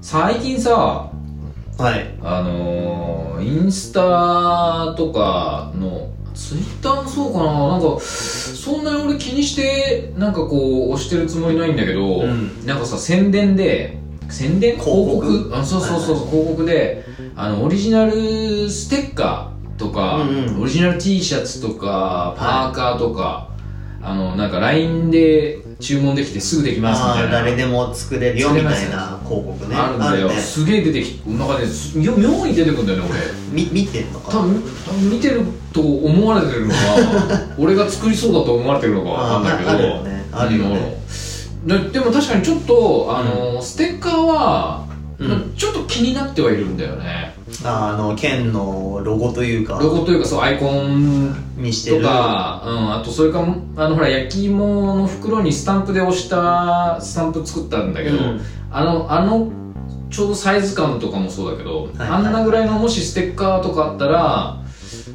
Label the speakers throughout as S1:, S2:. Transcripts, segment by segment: S1: 最近さ
S2: はい
S1: あのー、インスタとかのツイッターもそうかななんかそんなに俺気にしてなんかこう押してるつもりないんだけど、
S2: うん
S1: なんかさ宣伝で宣伝
S2: 広告
S1: あそうそうそう、広告であのオリジナルステッカーとか、
S2: うんうん
S1: オリジナル T シャツとかパーカーとか、あのなんか LINE で注文できてすぐできますみ
S2: あ
S1: た
S2: あ
S1: いな
S2: 誰でも作れるよみたいな広告ね
S1: あるんだよ、
S2: ね
S1: すげえ出てきなんかねす妙妙に出てくんだよね俺
S2: み見てんのか
S1: 多分多分見てると思われてるの か俺が作りそうだと思われてるのかわかんないけど
S2: ああるよねあるよね
S1: うんででも確かにちょっとあの、ステッカーは、
S2: うん
S1: ちょっと気になってはいるんだよね
S2: ああの県のロゴというか
S1: ロゴというかそうアイコン
S2: にして
S1: と
S2: る
S1: か、うん、あとそれかあのほら焼き芋の袋にスタンプで押したスタンプ作ったんだけど、
S2: うん
S1: あのあのちょうどサイズ感とかもそうだけど、
S2: はい
S1: あんなぐらいのもしステッカーとかあったら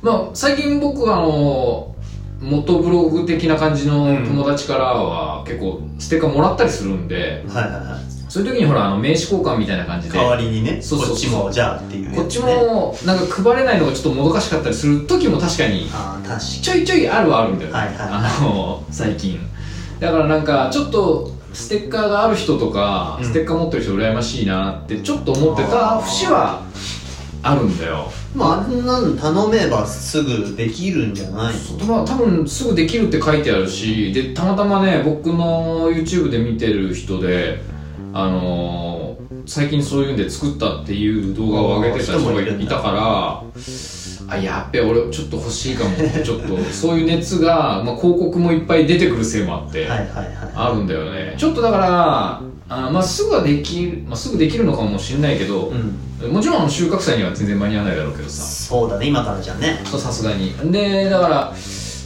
S1: まあ最近僕はあの元ブログ的な感じの友達からは結構ステッカーもらったりするんで
S2: はいはいはい
S1: そういう時にほらあの名刺交換みたいな感じで
S2: 代わりにね
S1: そうそうそう
S2: こっちもじゃあっていうやつね
S1: こっちもなんか配れないのがちょっともどかしかったりする時も確かに
S2: ああ確か
S1: ちょいちょいあるはあるんだよね、
S2: はいはいはい
S1: あの最近だからなんかちょっとステッカーがある人とか、
S2: うん
S1: ステッカー持ってる人羨ましいなってちょっと思ってた節はあるんだよ
S2: まああんなの頼めばすぐできるんじゃないの
S1: まあ多分すぐできるって書いてあるしでたまたまね僕の YouTube で見てる人であのー最近そういうんで作ったっていう動画を上げてた人がいたからあやっべ俺ちょっと欲しいかもちょ っとそういう熱が、まあ、広告もいっぱい出てくるせいもあって、
S2: はいはいは
S1: あるんだよねちょっとだからあまあすぐはできる、まあ、すぐできるのかもしれないけ
S2: い
S1: ど
S2: う、ん
S1: もちろんあの収穫祭には全然間に合わないだろうけどさ
S2: そうだね今からじゃね
S1: そうさすがにでだから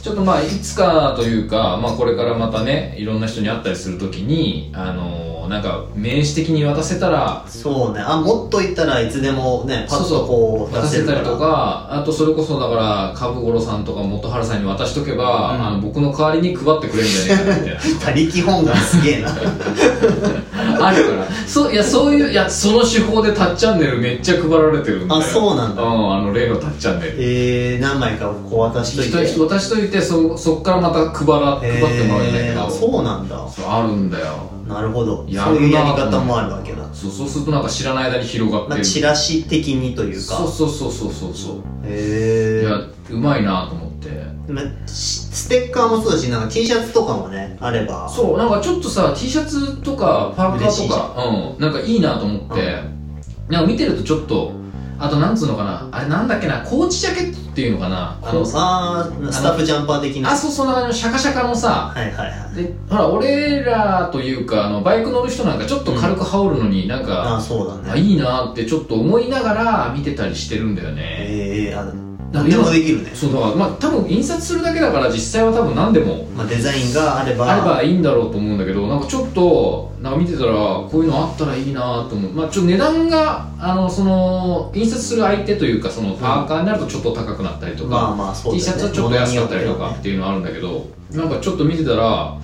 S1: ちょっとまあいつかというか、まあ、これからまたねいろんな人に会ったりするときにあのなんか名刺的に渡せたら
S2: そうねあもっといったらいつでもねパッとこう
S1: 渡
S2: 出せ
S1: せ
S2: るか
S1: た
S2: ら
S1: りとかあとそれこそだから株五郎さんとか元春さんに渡しとけば、
S2: うん
S1: あの僕の代わりに配ってくれるんじゃねえかなみたいな
S2: 他力本願すげえな
S1: あるからそういやそういういやその手法で「タッチャンネル」めっちゃ配られてるんだよ
S2: あそうなんだ
S1: うんあの例の「タッチャンネル」
S2: えー、何枚かこう渡し
S1: 一
S2: と
S1: 人
S2: いて
S1: 一人渡しといてそそっからまた配ら配ってもらえない
S2: え
S1: け
S2: ー、
S1: ど
S2: そうなんだ
S1: そうあるんだよ
S2: なるほど
S1: やるな
S2: そういうやり方もあるわけだ、
S1: そうそうするとなんか知らない間に広がって
S2: ま
S1: る、
S2: あ、チラシ的にという
S1: そう
S2: か
S1: そうそうそうそうそう
S2: へ
S1: い
S2: え
S1: や
S2: ー
S1: うまいなと思って
S2: まあしステッカーもそうだしなんか T シャツとかもねあれば
S1: そうなんかちょっとさ T シャツとかパーカ
S2: 嬉し
S1: ー
S2: い
S1: と
S2: じゃ
S1: かうんなんかいいなと思って、なんか見てるとちょっとあとなんつうのかなあれなんだっけなコーチジャケットっていうのかな
S2: あのあースタッフジャンパー的な
S1: あそうそんな感じのシャカシャカのさ
S2: はいはいはい
S1: でほら俺らというかあのバイク乗る人なんかちょっと軽く羽織るのになん
S2: あ
S1: か、
S2: ーそうだ
S1: あ
S2: ね
S1: いいなってちょっと思いながら見てたりしてるんだよね、
S2: ええー、あ何でもできるね
S1: そうだからまあ多分印刷するだけだから実際は多分何でも
S2: まあ、デザインがあれば
S1: あればいいんだろうと思うんだけどなんかちょっとなんか見てたらこういうのあったらいいなと思うまあちょっと値段があのその印刷する相手というかそのパーカーになるとちょっと高くなったりとか、
S2: まあまあそうだ
S1: T シ
S2: ね
S1: ャツはちょっと安かったりとかっていうのはあるんだけどなんかちょっと見てたら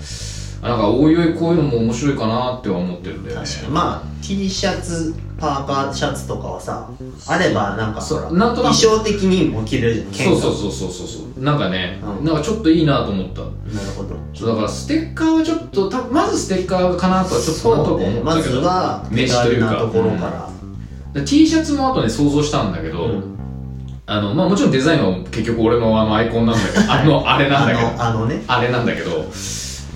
S1: なんかおいおいこういうのも面白いかなっては思ってるんだよね
S2: 確かにまあ T シャツパーカーシャツとかはさあればなんか
S1: そ
S2: ほ
S1: う
S2: ら
S1: なんとな
S2: 衣
S1: く
S2: 装的にも着れるじゃん剣
S1: そう
S2: が
S1: そうそうそうそうそうなんかね、
S2: うん
S1: なんかちょっといいなと思った
S2: なるほど
S1: そうだからステッカーはちょっとたまずステッカーかなとはちょっとポンと
S2: そ
S1: は
S2: うね
S1: 思っ
S2: ま
S1: たけ
S2: ず
S1: ど、
S2: は
S1: 名
S2: 手
S1: 刺とい
S2: 軽
S1: うか
S2: なところから
S1: で T シャツもあとね想像したんだけど、
S2: うん
S1: あのまあ、もちろんデザインは結局俺のあのアイコンなんだけど あのあれなんだけど
S2: あのあのね
S1: あれなんだけど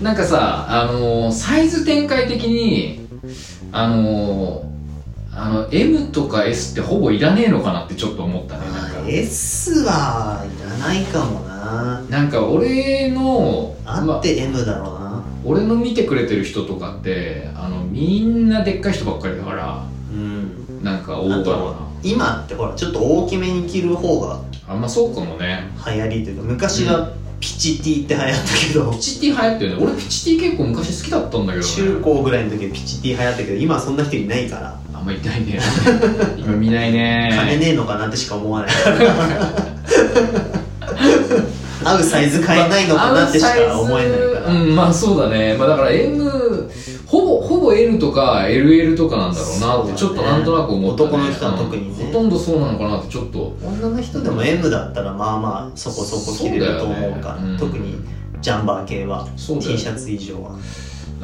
S1: なんかさあのーサイズ展開的にあのーあの M とか S ってほぼいらねえのかなってちょっと思ったねなん
S2: あ
S1: か
S2: S はいらないかもな
S1: なんか俺の
S2: あ
S1: ま
S2: っ
S1: あ
S2: て M だろうな
S1: 俺の見てくれてる人とかってあのみんなでっかい人ばっかりだから
S2: うん
S1: なんか大
S2: あ
S1: 柄
S2: と
S1: な
S2: 今ってほらちょっと大きめに着る方が
S1: あんまあそうかもね
S2: 流行りというか昔はピチ T って流行ったけど
S1: ピチティ流行ってるね俺ピチティ結構昔好きだったんだけど、ね、
S2: 中高ぐらいの時ピチ T 流行ったけど今はそんな人いないから
S1: あんまり痛いね 今見ないね
S2: 金ねえのかなってしか思わ ない合うサイズ買えないのかなってしか思えないから、
S1: うんまあそうだねまあだから M ほぼほぼ L とか LL とかなんだろうなってちょっとなんとなく思った、
S2: 男の人は特にね
S1: うんほとんどそうなのかなってちょっと
S2: 女の人でも M だったらまあまあそこそこ着れると思うから
S1: そうだよねうん
S2: 特にジャンバー系は
S1: そうだよ
S2: T シャツ以上は
S1: だ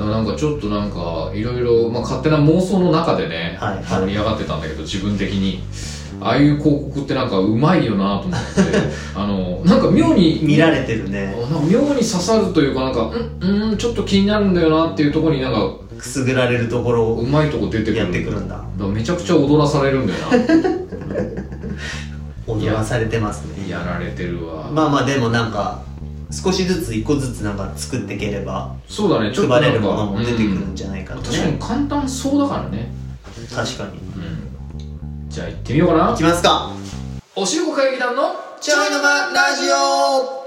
S1: からなんかちょっとなんかいろいろまあ勝手な妄想の中でね、
S2: はいはい
S1: 盛り上がってたんだけど自分的にああいう広告ってなんかうまいよなと 思ってあのなんか妙に
S2: 見られてるね
S1: なんか妙に刺さるというかなんかうんうんちょっと気になるんだよなっていうところになんか
S2: くすぐられるところ
S1: う
S2: を
S1: まいとこ出てくる
S2: やってくるんだ
S1: だからめちゃくちゃ踊らされるんだよ
S2: 踊らされてますね
S1: なやられてるわ、
S2: まあまあでもなんか少しずつ一個ずつなんか作っていければ
S1: そうだねちょっとな
S2: 配
S1: んか
S2: れるものも出てくるんじゃないか
S1: うん
S2: と
S1: 確かに
S2: ね
S1: 簡単そうだからね、
S2: 確かに
S1: うん、じゃあ行ってみようかない
S2: きますか
S1: おしるこ歌劇団の
S2: ちょいのまラジオ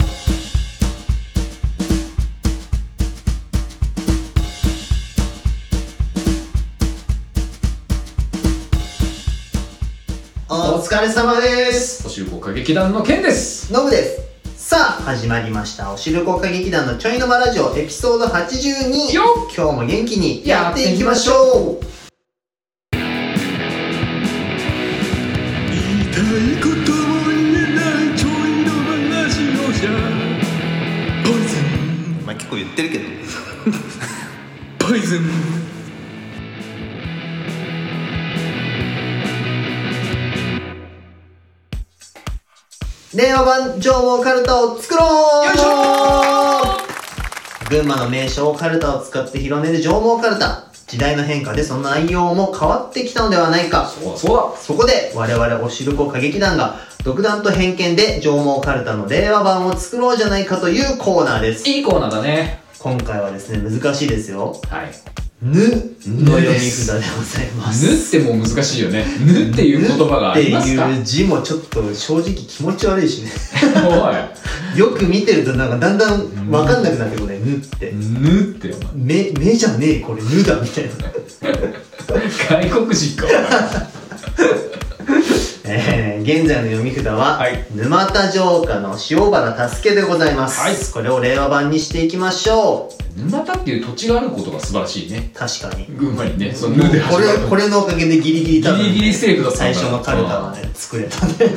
S2: お疲れ様です
S1: おしるこ歌劇団のケンです
S2: ノブですさあ始まりましたおしるこ歌劇団のちょいのまラジオエピソード82
S1: よっ
S2: 今日も元気にやっていきましょう
S3: 言いたいことも言えないちょいの話をじゃポイズン
S2: まあ結構言ってるけど
S3: ポイズン
S2: 令和版情報カルタを作ろう
S1: よいし
S2: 群馬の名所をカルタを使って広める情報カルタ時代の変化でその内容も変わってきたのではないか
S1: そうだそう
S2: そこで我々おしるこ歌劇団が独断と偏見で情報カルタの令和版を作ろうじゃないかというコーナーです
S1: だいいコーナーだね
S2: 今回はですね難しいですよ
S1: はい
S2: 「ぬ」の読み札でございます
S1: ぬってもう難しいよねぬっていう言葉がありますか
S2: ぬっていう字もちょっと正直気持ち悪いしね
S1: お
S2: よく見てるとなんかだんだん分かんなくなってくるね「ぬ」って
S1: いぬってお
S2: 目目じゃねえこれ無だみたいな
S1: 前外国人か
S2: えー、現在の読み札は、
S1: はい
S2: 沼田城下の塩原助でございます、
S1: はい
S2: これを令和版にしていきましょ
S1: お
S2: う
S1: 前沼田っていう土地があることが素晴らしいね
S2: 確かに
S1: 群馬にねそのぬで
S2: こ
S1: 始ま
S2: れ
S1: る
S2: これのおかげでギリギリ多分
S1: ギリギリセーフだったんだ
S2: 最初のカルタはね作れたね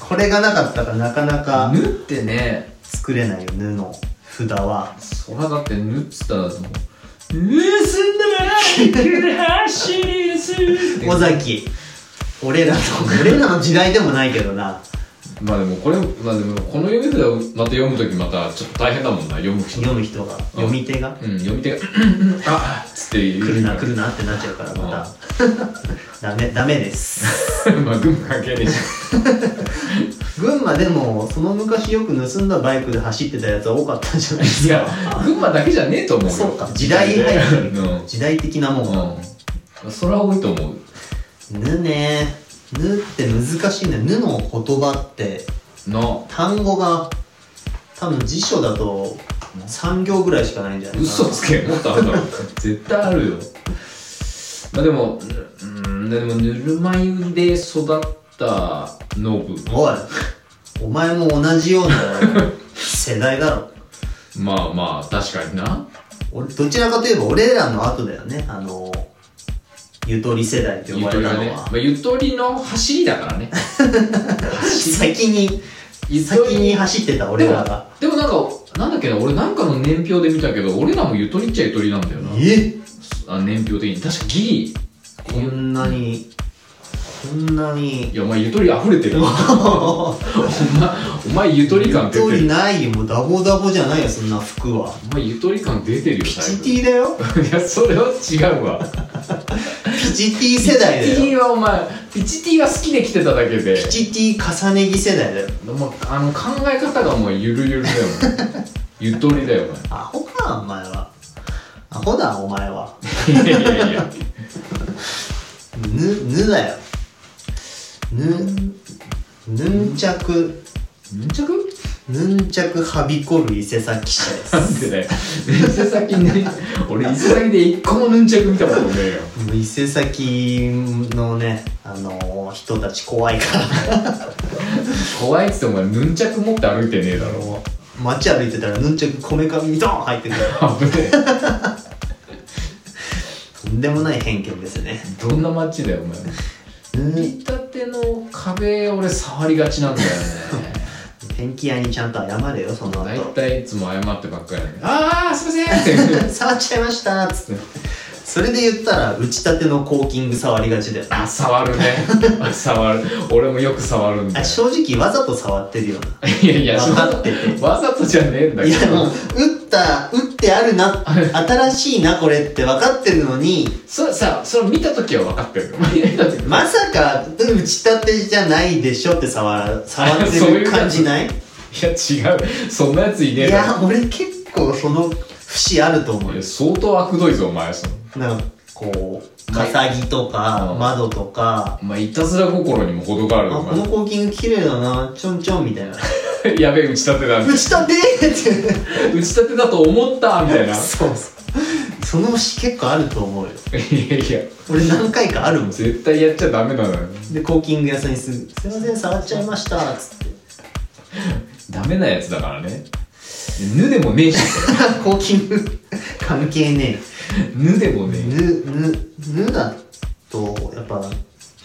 S2: これがなかったらなかなか
S1: ぬってね
S2: 作れないよぬの札は
S1: そらだってぬっつったらもう「盗んだら行く走りする
S2: 尾崎俺らの俺らの時代でもないけどな
S1: まあでもこれまあでもこの読み札をまた読むときまたちょっと大変だもんな読む人
S2: 読む人が読み手が
S1: うん読み手が「あっ」つって言う
S2: 来るな来るなってなっちゃうからまた ダメダメです
S1: まあ群馬関係ねえし
S2: 群馬でもその昔よく盗んだバイクで走ってたやつは多かったんじゃないです
S1: い
S2: か
S1: や群馬だけじゃねえと思うよ
S2: そうか時代背
S1: うんう
S2: 景時代的なもんが
S1: んそれは多いと思う
S2: 「ぬ」ね「ぬ」って難しいね「ぬ」の言葉って
S1: の
S2: 単語が多分辞書だと3行ぐらいしかないんじゃないかな
S1: 嘘つけもっとあるだろ絶対あるよまあでもうんでもぬるま湯で育ったノブ
S2: おいお前も同じような世代だろ
S1: まあまあ確かにな
S2: 俺どちらかといえば俺らの後だよねあのゆとり世代って呼
S1: ゆ
S2: ば
S1: と
S2: れ
S1: り
S2: た
S1: は
S2: の
S1: ね、
S2: は
S1: まあ、ゆとりの走りだから ね
S2: 先に
S1: ゆと
S2: 先
S1: り
S2: に走ってた俺らが
S1: でもなんかなんだっけな俺なんかの年表で見たけど俺らもゆとりっちゃゆとりなんだよな
S2: え
S1: あ年表的に確かギ
S2: こんなにこんな
S1: リい
S2: に
S1: やお前ゆとり溢れてるお前お前ゆとり感出
S2: 通
S1: て
S2: り
S1: る
S2: ないよもうダボダボじゃないよそんな服は
S1: お前ゆとり感出てるよ
S2: ピ
S1: だい
S2: チ
S1: ぶ
S2: ティだよ
S1: いやそれは違うわ
S2: ピチティ世代
S1: ピチテ
S2: だ
S1: ィ
S2: よ
S1: はお前ピチティが好きで来てただけで
S2: ピチティ重ね着世代だよ
S1: もうあの考え方がもうゆるゆるだよお前ゆとりだよ
S2: アホかお前はアホだお前は
S1: お前いやいやい や
S2: ぬぬだよぬぬんちゃく
S1: ヌンチャク
S2: ぬんちゃくはびこる伊勢崎市です
S1: なんでだよ伊勢崎ね俺伊勢崎で一個もヌンチャク見たことねえよ
S2: 伊勢崎のねあの人たち怖いから
S1: 怖いっつってお前ヌンチャク持って歩いてねえだろ
S2: 街歩いてたらヌンチャクこめかみにドーン入ってくる
S1: 危ね
S2: んでもない偏見ですね。
S1: どんなマッチだよお前
S2: うん。
S1: 見立ての壁俺触りがちなんだよね
S2: ペンキ屋にちゃんと謝れよ、その
S1: 大
S2: 後。
S1: 体いつも謝ってばっかりなんでああすいませんって
S2: 触っちゃいましたーっつって。それで言ったら、打ち立てのコーキング触りがちだよ。
S1: あ触るねあ触る俺もよく触るんだ
S2: あ
S1: よ
S2: 正直わざと触ってるよう
S1: いやいや
S2: 分かって
S1: そうわざとじゃねえんだけ
S2: な。いやもう、
S1: ど
S2: 打った、打ってあるな、新しいなこれって分かってるのに、
S1: そさそれ見た時は分かってるよ見た時
S2: まさか打ち立てじゃないでしょって触ら、触っ
S1: そう
S2: て
S1: いう
S2: る
S1: やつ
S2: 感じない
S1: いや違うそんなやつい
S2: い
S1: ねえだろ
S2: や、俺結構その節あると思う
S1: い
S2: よ
S1: や。相当悪どいぞお前その
S2: なんか、こう、かさぎと
S1: う
S2: か、
S1: ん
S2: 窓とか、
S1: まあいたずら心にも程がある
S2: あ、
S1: よお
S2: このコーキング綺麗だな、ちょんちょんみたいな。打
S1: 前や べえ打ち立てだ
S2: ち立てーって。
S1: 打ち立てだと思ったみたいな
S2: そうそう。その節結構あると思うよ。
S1: いやいや
S2: 俺何回かあるもん。
S1: 絶対やっちゃダメなのよ
S2: で、コーキング屋さんにすぐ、すいません、触っちゃいました、つって。
S1: ダメなやつだからねぬでもねえし
S2: コーキング、関係ね
S1: ぬでもね
S2: え。
S1: え
S2: ぬ、ぬ、ぬだと、やっぱ、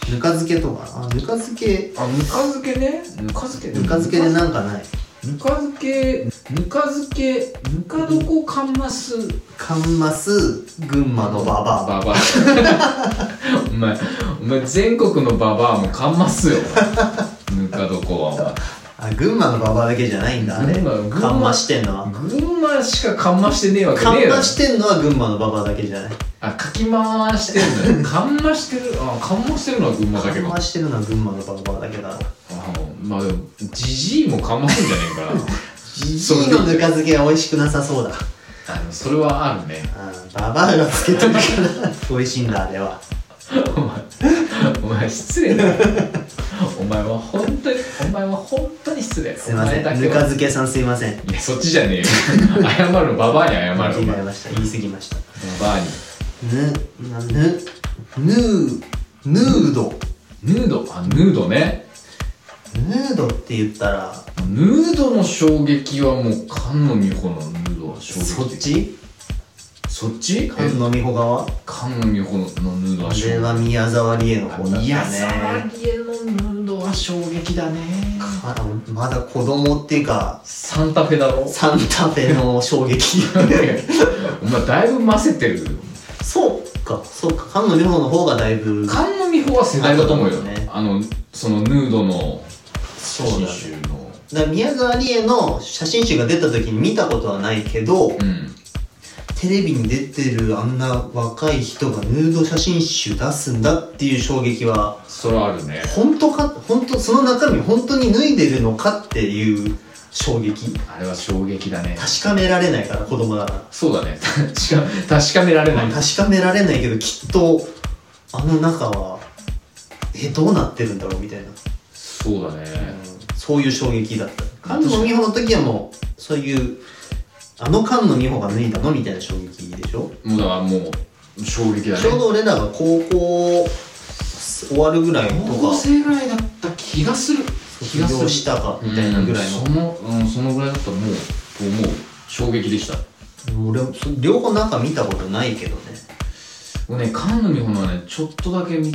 S2: ぬか漬けとか、あ、ぬか漬け、
S1: あぬか漬けねぬか漬け
S2: ぬか漬けでなんかない。
S1: ぬか漬けぬか漬けぬか床かんます
S2: カンマス、群馬のババア。
S1: ババア お前お前全国のババアもかんますよお前ぬか床は
S2: あ、群馬のババアだけじゃないんだ、あれ。
S1: 群馬群馬
S2: カンマしてんの
S1: お
S2: は。
S1: 前群馬しかかんましてねえわけ
S2: カ
S1: ねえだ
S2: ン
S1: ろ
S2: マしてんのは群馬のババアだけじゃない。
S1: あかき回して るんだよかんましてるあかんましてるのは群馬だ
S2: カ
S1: け
S2: ン
S1: ど
S2: マしてるのは群馬のババアだけだ。
S1: あまあでもじじいもかんますんじゃね
S2: ジジイのぬか漬けは美味しくなさそうだ。
S1: えかなあのそれはあるね
S2: あババアがつけて るから美味しいんだあれは
S1: お前お前失礼だよお前は本当にお前は本当に失礼
S2: すいません
S1: お前だ
S2: ぬ
S1: け
S2: か
S1: は
S2: 漬けさんすいません違
S1: いやそっちじゃねえよ謝るのババアに謝るお前
S2: いました言い過ぎました
S1: ババアに
S2: ぬなぬヌーヌード
S1: ヌードあヌードね
S2: ヌードって言ったら
S1: ヌードの衝撃はもう菅野美穂のヌードは衝撃
S2: そっち
S1: そっち
S2: 菅野美穂側
S1: え菅野美穂のヌード
S2: こ
S1: は衝
S2: れは宮沢りえの方だった
S1: 撃
S2: ね
S1: いやサーリエのヌードは衝撃だね
S2: かまだ子供っていうか
S1: サンタフェだろ
S2: サンタフェの衝 撃
S1: お前だいぶ混ぜてる
S2: そうかそうか菅野美穂の方がだいぶ
S1: 菅野美穂は世代だと思うよ
S2: あそうだね
S1: あのそのヌードの
S2: そうだ
S1: 新
S2: ね
S1: 種の
S2: だから宮沢りえの写真集が出た時に見たことはないけど、
S1: うん
S2: テレビに出てるあんな若い人がヌード写真集出すんだっていう衝撃は
S1: それはあるね
S2: 本当か本当その中身本当に脱いでるのかっていう衝撃
S1: あれは衝撃だね
S2: 確かめられないから子供だか
S1: そうだね 確か確かめられな
S2: ら
S1: い
S2: 確かめられないけどきっとあの中はえどうなってるんだろうみたいな、
S1: そうだ
S2: う
S1: ね
S2: んそういう衝撃だった菅野美穂の時はもうそういうあの菅野美穂が脱いだのみたいな衝撃でしょ
S1: もうだからもう衝撃だね
S2: ちょうど俺らが高校終わるぐらいと
S1: 高校
S2: か
S1: 生ぐらいだった気がする気
S2: 卒
S1: がす
S2: 業
S1: る
S2: したかみたいなぐらい
S1: うんその、うん、そのぐらいだったらもうと思う衝撃でした
S2: の俺もそ両方なんか見たことないけどね
S1: もうね菅野美穂のはねちょっとだけ見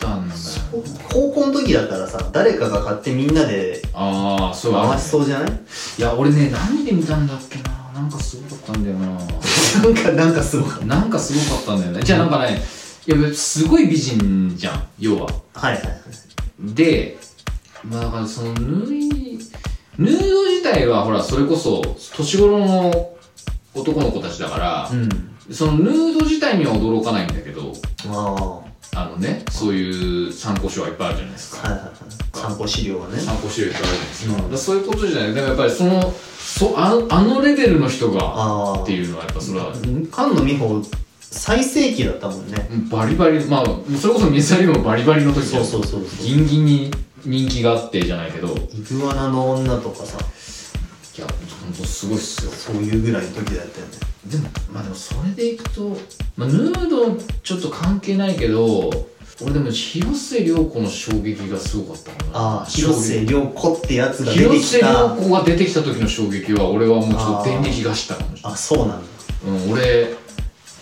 S1: たんだよ、ね、
S2: 高校の時だったらさ誰かが買ってみんなで
S1: ああそうあ
S2: 回しそうじゃ ない
S1: いや俺ね何で見たんだっけななんかすごかったんだよな
S2: なんかなんかすごかっ
S1: なんかすごかったんだよねじゃあなんかねいやすごい美人じゃん要は
S2: たはいはいはい
S1: で、まあ、だからその縫いヌード自体はほらそれこそ年頃の男の子たちだから、
S2: うん
S1: そのヌード自体には驚かないんだけど
S2: ああは
S1: あのねそういう参考書はいっぱいあるじゃないです
S2: い
S1: か
S2: はいはい参考資料はね
S1: 参考資料いっぱいあるじゃないですか,、
S2: うん
S1: だからそういうことじゃないでもやっぱりそのそあのあのレベルの人が
S2: ああ
S1: っていうのはやっぱそれは
S2: 菅野美穂最盛期だったもんね
S1: バリバリまあそれこそ水谷もバリバリの時じゃ
S2: そ
S1: ん
S2: うそうそうそう
S1: ギンギンに人気があってじゃないけどい
S2: イグアナの女とかさ
S1: やほんとすごいっすよ
S2: そういうぐらいの時だったよね
S1: でもまあでもそれでいくと、まあ、ヌードちょっと関係ないけど俺でも広末涼子の衝撃がすごかったかな
S2: ああ広末涼子ってやつが出て
S1: 広
S2: き
S1: 末涼
S2: た
S1: 子が出てきた時の衝撃は俺はもうちょっと電撃がしたかもしれない
S2: あそうなんだ
S1: うん、俺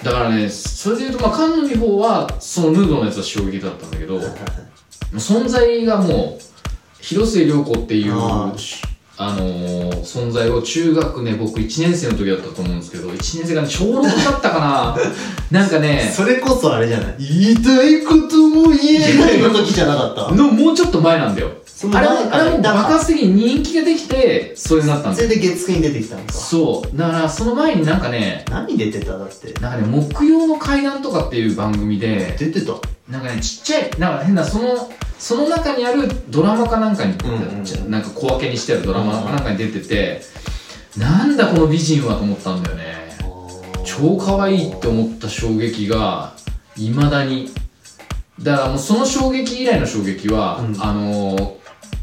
S1: だからねそれで言うと、まあ、菅野美穂はそのヌードのやつは衝撃だったんだけど存在がもう広末涼子っていう
S2: あ
S1: あのー存在を中学ね僕1年生の時だったと思うんですけど1年生がね小6だったか ななんかね
S2: それこそあれじゃない言いたいことも言えないの時じゃなかった
S1: のもうちょっと前なんだよ
S2: その
S1: あれ
S2: 前
S1: は
S2: か
S1: あ
S2: ら
S1: れも爆発的に人気ができてそれになったん
S2: そ
S1: だ
S2: れ
S1: よ
S2: で月9に出てきたのか
S1: そうだからその前になんかね
S2: 何出てただって
S1: なんかね木曜の階段とかっていう番組で
S2: 出てた
S1: なんかね、ちっちゃい、なんか変な、その、その中にあるドラマかなんかに、
S2: んうんうん
S1: ちゃなんか小分けにしてあるドラマかなんかに出てて、なんだこの美人はと思ったんだよね。超可愛いって思った衝撃が、未だに。だからもうその衝撃以来の衝撃は、
S2: うん
S1: あのー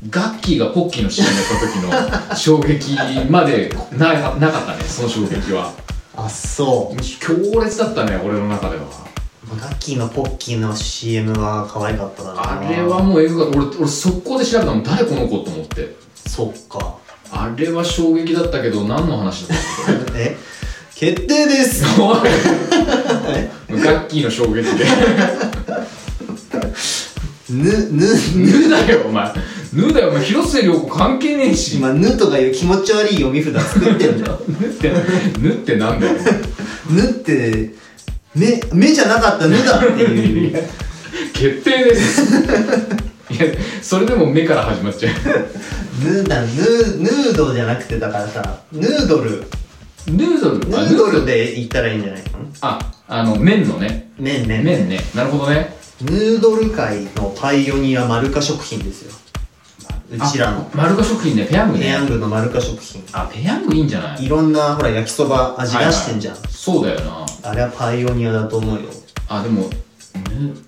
S1: ガッキーがポッキーの CM やった時 の衝撃までななかったね、その衝撃は。
S2: あそ
S1: 強烈だったね、俺の中では。
S2: うガッキーのポッキーの CM は可愛かったから
S1: あ
S2: な
S1: れはもう映画俺俺速攻で調べたもん誰この子と思って
S2: そっか
S1: あれは衝撃だったけど何の話だっ
S2: え決定です
S1: たおいガッキーの衝撃で
S2: ぬぬ
S1: ぬだよお前ぬだよお前広末涼子関係ねえし
S2: 今「ぬ」とかいう気持ち悪い読み札作ってんだ よ
S1: ぬってぬってなんだよ
S2: ぬって目目じゃなかった「ぬ」だっていう
S1: 決定ですいやそれでも目から始まっちゃう
S2: ぬだぬヌードじゃなくてだからさヌードル
S1: ヌードル
S2: ヌ
S1: あ
S2: ードルで言ったらいいんじゃないの
S1: ああの麺のね
S2: 麺麺
S1: 麺ねなるほどね
S2: ヌードル界のパイオニアマルカ食品ですようちらの
S1: あマルカ食品ねペヤング
S2: ペ
S1: ね
S2: ヤングのマルカ食品
S1: あペヤングいいんじゃない
S2: いろんなほら焼きそば味出してんじゃん、
S1: はいはいそうだよな
S2: あれはパイオニアだと思うよ
S1: あでも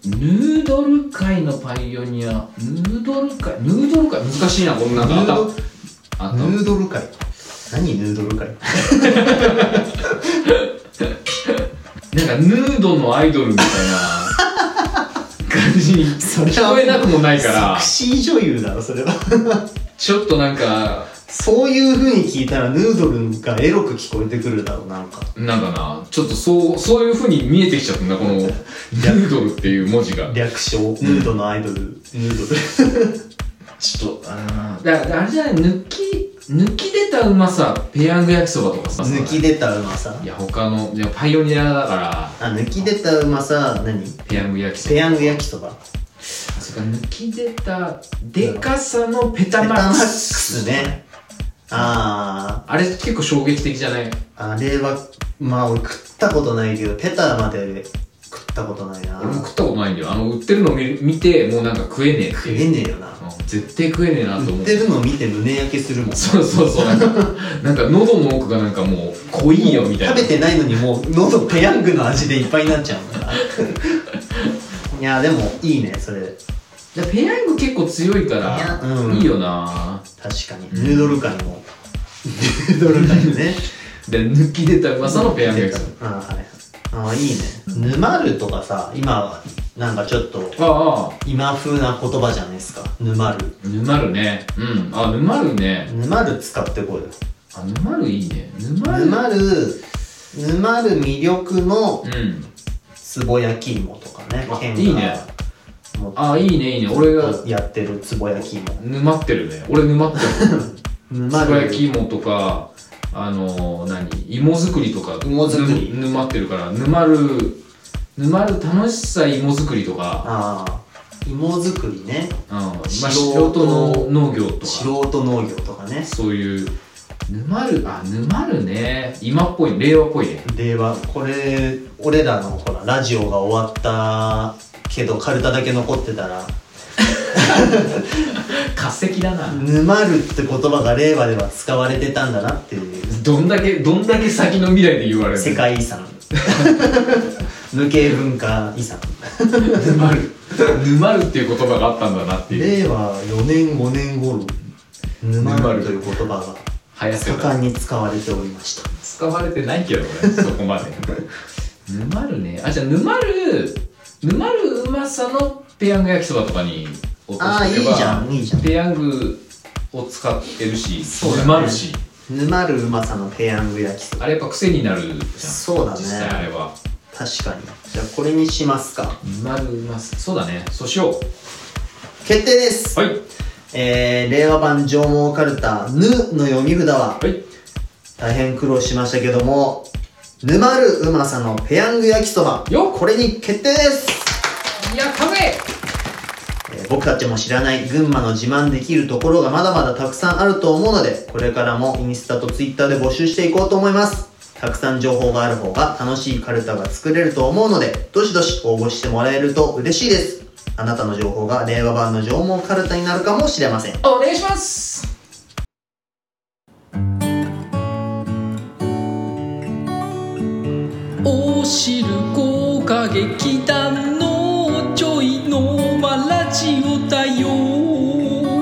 S1: ヌヌードル界のパイオニアヌードル界ヌードル界難しいなこんな
S2: ヌード
S1: の
S2: ル
S1: あ
S2: ヌードル界何ヌードル界
S1: なんかヌードのアイドルみたいな感じに聞こえなくもないから
S2: セクシー女優だろそれは
S1: ちょっとなんか
S2: そういう風に聞いたらヌードルがエロく聞こえてくるだろうなんか
S1: なんかなちょっとそうそういうふうに見えてきちゃったんだこのヌードルっていう文字が
S2: 略称ヌードのアイドル、ヌ ードル
S1: ちょっとあーだからあれじゃない抜き抜き出たうまさペヤング焼きそばとかさ
S2: 抜き出たうまさ
S1: いや他のいやパイオニアだから
S2: あ抜き出たうまさ何
S1: ペヤング焼きそば
S2: ペヤング焼きそば
S1: それから抜き出たでかさのペタマックス
S2: ペタマックスねあ
S1: あれ結構衝撃的じゃない
S2: ーあれはまあ俺食ったことないけどペタまで食ったことないな
S1: 俺も食ったことないんだよあの売ってるの見見てもうなんか食えねえって
S2: 食
S1: いう
S2: えねえよな
S1: うん絶対食えねえなと思
S2: 売
S1: う
S2: ってるの見て胸焼けするもん
S1: そうそうそうなんかなん か喉の奥がなんかもう濃いよみたいな
S2: 食べてないのにもう喉ペヤングの味でいっぱいになっちゃうからいやでもいいねそれ
S1: だからペヤング結構強いか
S2: いや
S1: ら
S2: うん
S1: いいよな
S2: 確かに
S1: うん
S2: ヌードル界もヌードル界ね
S1: で抜き出たうまさのペヤング焼きそ
S2: あはいあいいね沼るとかさ今はなんかちょっと
S1: ばああ
S2: 今風な言葉じゃないですか沼る
S1: 沼るねうんあ沼るね
S2: 沼る使ってこいよ
S1: あ沼るいいね沼る
S2: 沼る沼る魅力の
S1: うん
S2: つぼ焼き芋とかね
S1: あ
S2: 県
S1: いいね
S2: もう
S1: あいいねいいね俺が
S2: やってるつぼ焼き芋
S1: 沼ってるね俺沼ってる
S2: 沼
S1: つ
S2: る
S1: ぼ焼き芋とかあのー、何芋作りとか
S2: 芋作り
S1: ぬ沼ってるから沼る沼る楽しさ芋作りとか、
S2: ああ芋作りね
S1: うんまあ、
S2: 素
S1: 素
S2: 人
S1: 人の農業とか
S2: 素人農業とかね
S1: そういう沼るあ沼るね今っぽい令和っぽい ね
S2: 令和これ俺らのほらラジオが終わったけどカルタだけ残ってたら
S1: 化石だな
S2: 沼るって言葉が令和では使われてたんだなっていう
S1: どんだけどんだけ先の未来で言われる
S2: 世界遺産無形文化遺産
S1: 沼る沼るっていう言葉があったんだなっていう
S2: 令和4年5年頃沼るという言葉が
S1: 流行ってた
S2: 盛んに使われておりました
S1: 使われてないけどねそこまで沼るねあじゃあ沼る沼るうまさのペヤング焼きそばとかに落と
S2: ああいい
S1: しとけ
S2: じ
S1: ば
S2: ゃんいいじゃん
S1: ペヤングを使ってるし、
S2: そうだね
S1: 沼るし
S2: 沼るうまさのペヤング焼きそば
S1: あれやっぱ癖になるじゃん
S2: そうだね
S1: 実際あれは
S2: 確かにじゃあこれにしますか
S1: なりますそうだねそうしよう
S2: 決定です、
S1: はい
S2: えー、令和版上毛カルタ「ぬ」の読み札は
S1: はい
S2: 大変苦労しましたけども沼るうまさのペヤング焼きそば
S1: よっ
S2: これに決定です
S1: やったぜ
S2: えー僕たちも知らない群馬の自慢できるところがまだまだたくさんあると思うのでこれからもインスタとツイッターで募集していこうと思いますたくさん情報がある方が楽しいカルタが作れると思うのでどしどし応募してもらえると嬉しいですあなたの情報が令和版の縄文カルタになるかもしれません
S1: お願いします
S4: おしるこ歌劇団のちょいのまラジオだよ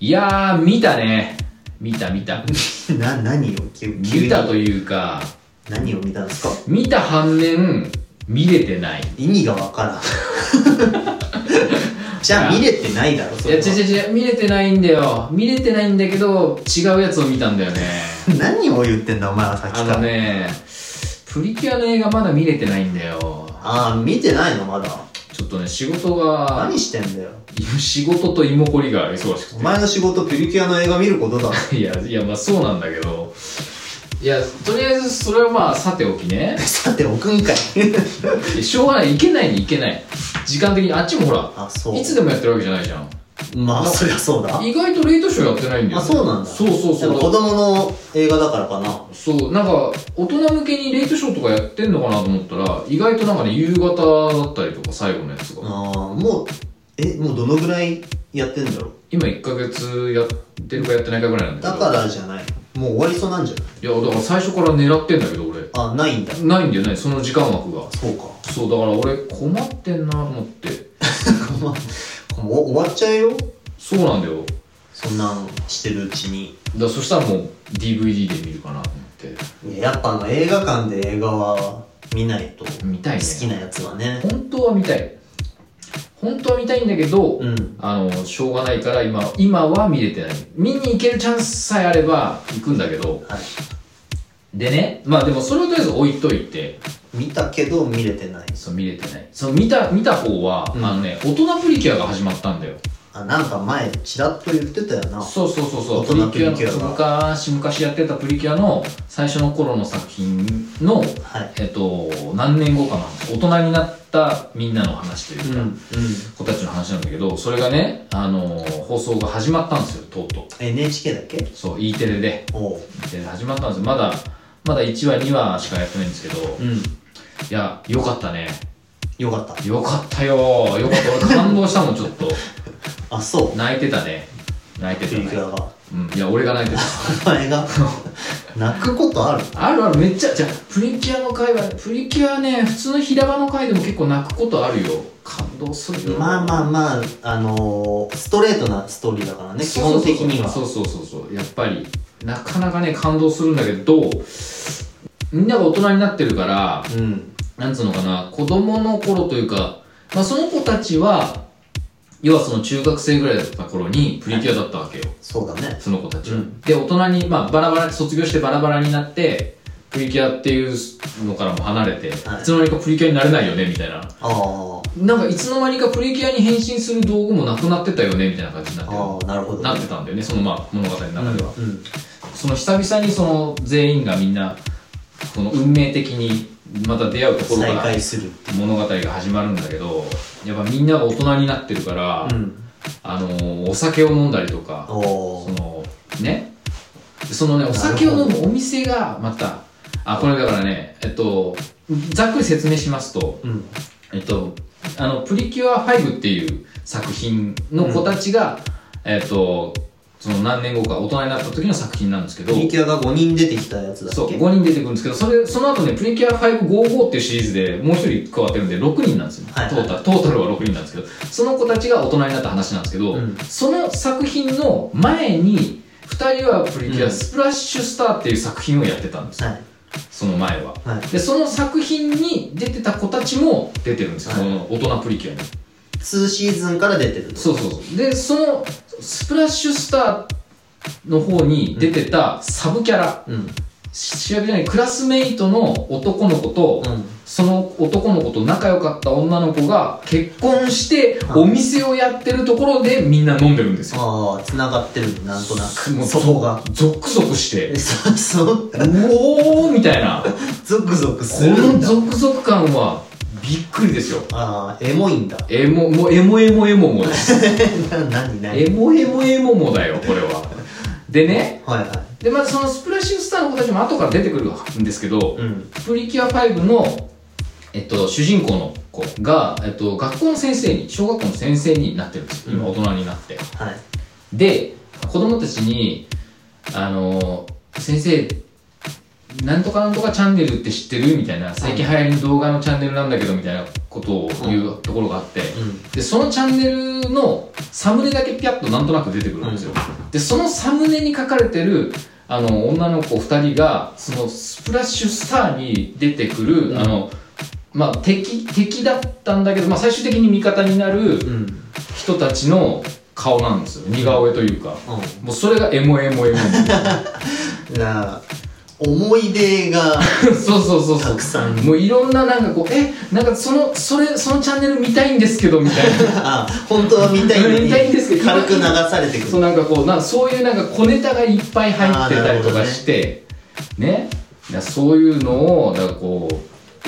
S1: いやー見たね見た見 た
S2: な何を急に
S1: 見たというか
S2: 何を見たんですか
S1: 見た反面見れてない
S2: 意味がわ からんじゃあ見れてないだろそ
S1: いや
S2: れ
S1: 違う
S2: は
S1: 違う違う見れてないんだよ見れてないんだけど違うやつを見たんだよ ね
S2: 何を言ってんだお前はさっき
S1: あ
S2: から
S1: のねプリキュアの映画まだ見れてないんだよ
S2: ああ見てないのまだ
S1: ちょっとね仕事が
S2: 何してんだよ
S1: 仕事と芋こりが忙し
S2: お
S1: く
S2: 前の仕事プリキュアの映画見ることだろ
S1: ていやいやまあそうなんだけどいやとりあえずそれはまあさておきね
S2: さておくんかい
S1: いやしょうがないいけないにいけない時間的にあっちもほら
S2: あそう
S1: いつでもやってるわけじゃないじゃん
S2: まあ
S1: な
S2: そりゃそうだ
S1: 意外とレイトショーやってないんだよ
S2: あそうなんだ
S1: そうそう
S2: やっぱ
S1: そ
S2: 子
S1: う
S2: 供の映画だからかな
S1: そうなんか大人向けにレイトショーとかやってんのかなと思ったら意外となんかね夕方だったりとか最後のやつが
S2: あーもうえもうどのぐらいやってんだろう
S1: 今1ヶ月やってるかやってないかぐらいなんだ
S2: だ
S1: けど
S2: からじゃないもう終わりそうなんじゃない
S1: いやだから最初から狙ってんだけど俺
S2: あないんだ
S1: ないんだよねその時間枠が
S2: そうか
S1: そうだから俺困ってんなと思って
S2: もう終わっちゃえよ
S1: そうなんだよだか
S2: そんなんしてるうちに
S1: らそしたらもう DVD で見るかなと思って
S2: いややっぱあの映画館で映画は見ないと好
S1: 見たいね
S2: きなやつはね
S1: 本当は見たい本当は見たいんだけど、
S2: うん
S1: あのしょうがないから今今は見れてない見に行けるチャンスさえあれば行くんだけど
S2: はい
S1: でねまあでもそれをとりあえず置いといて
S2: 見たけど見れてない
S1: そう見れてないその見た見た方は、
S2: うん
S1: あのね大人プリキュアが始まったんだよ
S2: あなんか前ちらっと言ってたよな
S1: そうそうそうそうプリ
S2: 大人
S1: キュアの
S2: プリキュアが
S1: 昔昔やってたプリキュアの最初の頃の作品の
S2: はい
S1: えっと何年後かな大人になったみんなの話といううんか、
S2: うん
S1: 子たちの話なんだけどそれがね、あのー放送が始まったんですよとうとう
S2: NHK だっけ
S1: そう E テレで
S2: おう
S1: E テレで始まったんですよまだまだ1話2話しかやってないんですけど、い
S2: ん
S1: やよかったね
S2: よかった
S1: よかったよよかった俺感動したもんちょっと
S2: あそう
S1: 泣いてたね泣いて
S2: プ
S1: た
S2: リキュ
S1: ね
S2: アが
S1: うん、いや俺が泣いてた
S2: お前が泣くことある
S1: あるあるめっちゃじゃあプリキュアの回はプリキュアね普通の平場の回でも結構泣くことあるよ感動するよ
S2: まあまあまああのー、ストレートなストーリーだからね基本的には
S1: そうそうそうそうやっぱりなかなかね感動するんだけどみんなが大人になってるから
S2: うん
S1: なんつうのかな子供の頃というか、まあ、その子たちは要はその中学生ぐらいだった頃にプリキュアだったわけよ、
S2: そうだね
S1: その子たちは、
S2: うん
S1: で大人に、まあ、バラバラ卒業してバラバラになってプリキュアっていうのからも離れて、
S2: はい
S1: い、つの間にかプリキュアになれないよねみたいな
S2: あー
S1: なんかいつの間にかプリキュアに変身する道具もなくなってたよねみたいな感じになってる
S2: あーなるほど
S1: なってたんだよねそのまあ物語の
S2: う
S1: 中
S2: ん
S1: では、
S2: うん
S1: その久々にその全員がみんなこの運命的にまた出会うところか
S2: 再
S1: ら
S2: 会する
S1: 物語が始まるんだけどやっぱみんなが大人になってるから、
S2: うん
S1: あのお酒を飲んだりとか
S2: お
S1: そ
S2: ー
S1: のねそのねお酒を飲むお店がまたあこれだからねえっとざっくり説明しますと
S2: うん
S1: えっと、あの、プリキュア5っていう作品の子たちが、えっと、その何年後か大人になった時の作品なんですけど
S2: プ、リキュアが5人出てきたやつだっけ
S1: そう、5人出てくるんですけど、それ、その後ね、プリキュア555っていうシリーズでもう一人加わってるんで、6人なんですよ。
S2: はい
S1: トータル、トータルは6人なんですけど、その子たちが大人になった話なんですけど、
S2: うん
S1: その作品の前に、2人はプリキュ
S2: う
S1: ア
S2: ん
S1: スプラッシュスターっていう作品をやってたんですよ、
S2: はい
S1: その前は。
S2: はい
S1: でその作品に出てた子たちも出てるんですよ、
S2: はい
S1: その大人プリキュアに
S2: 2シーズンから出てると
S1: そうそうでそのスプラッシュスターの方に出てたサブキャラ、
S2: うん
S1: 主役じゃないクラスメイトの男の子と、
S2: うん
S1: その男の子と仲良かった女の子が結婚して
S2: はい
S1: お店をやってるところでみんな飲んでるんですよ
S2: ああ繋がってるなんとな
S1: も
S2: く
S1: う
S2: そこが
S1: ゾクゾクして
S2: えそうそう
S1: うおーみたいなこ
S2: ゾクゾクする
S1: の
S2: んだ
S1: ゾクゾク感はびっくりですよ
S2: ああエモいんだ
S1: エモもうエモエモエモ もです
S2: な何何
S1: エモエモエモもだよこれはでね
S2: はいは
S1: でまずそのスプラッシュスターの子たちも後から出てくるんですけど、
S2: いうん
S1: プリキュア5の、えっと、主人公の子が、えっと、学校の先生に小学校の先生になってるんですよ今
S2: うん
S1: 大人になって、
S2: はい
S1: で子供たちにあの先生なんとかなんとかチャンネルって知ってるみたいな最近流行りの動画のチャンネルなんだけどみたいなことを言うところがあって、
S2: うん
S1: でそのチャンネルのサムネだけピャッとなんとなく出てくるんですよ、でそのサムネに書かれてるあの女の子2人がそのスプラッシュスターに出てくる、
S2: うん
S1: あのまあ敵敵だったんだけど、まあ、最終的に味方になる
S2: うん
S1: 人たちの顔なんですよ似顔絵というか
S2: う
S1: もうそれがエモエ モエモ
S2: んなあ思い出が
S1: そうそうそう
S2: た
S1: そう
S2: くさん
S1: もういろんななんかこうえなんかそのそれそのチャンネル見たいんですけどみたいな
S2: あ本当は見たいのに
S1: 見たいんですけど
S2: 軽く流されてく
S1: そう
S2: る
S1: なんかこうなそういうなんか小ネタがいっぱい入ってたりとかしてねだからそういうのをだからこ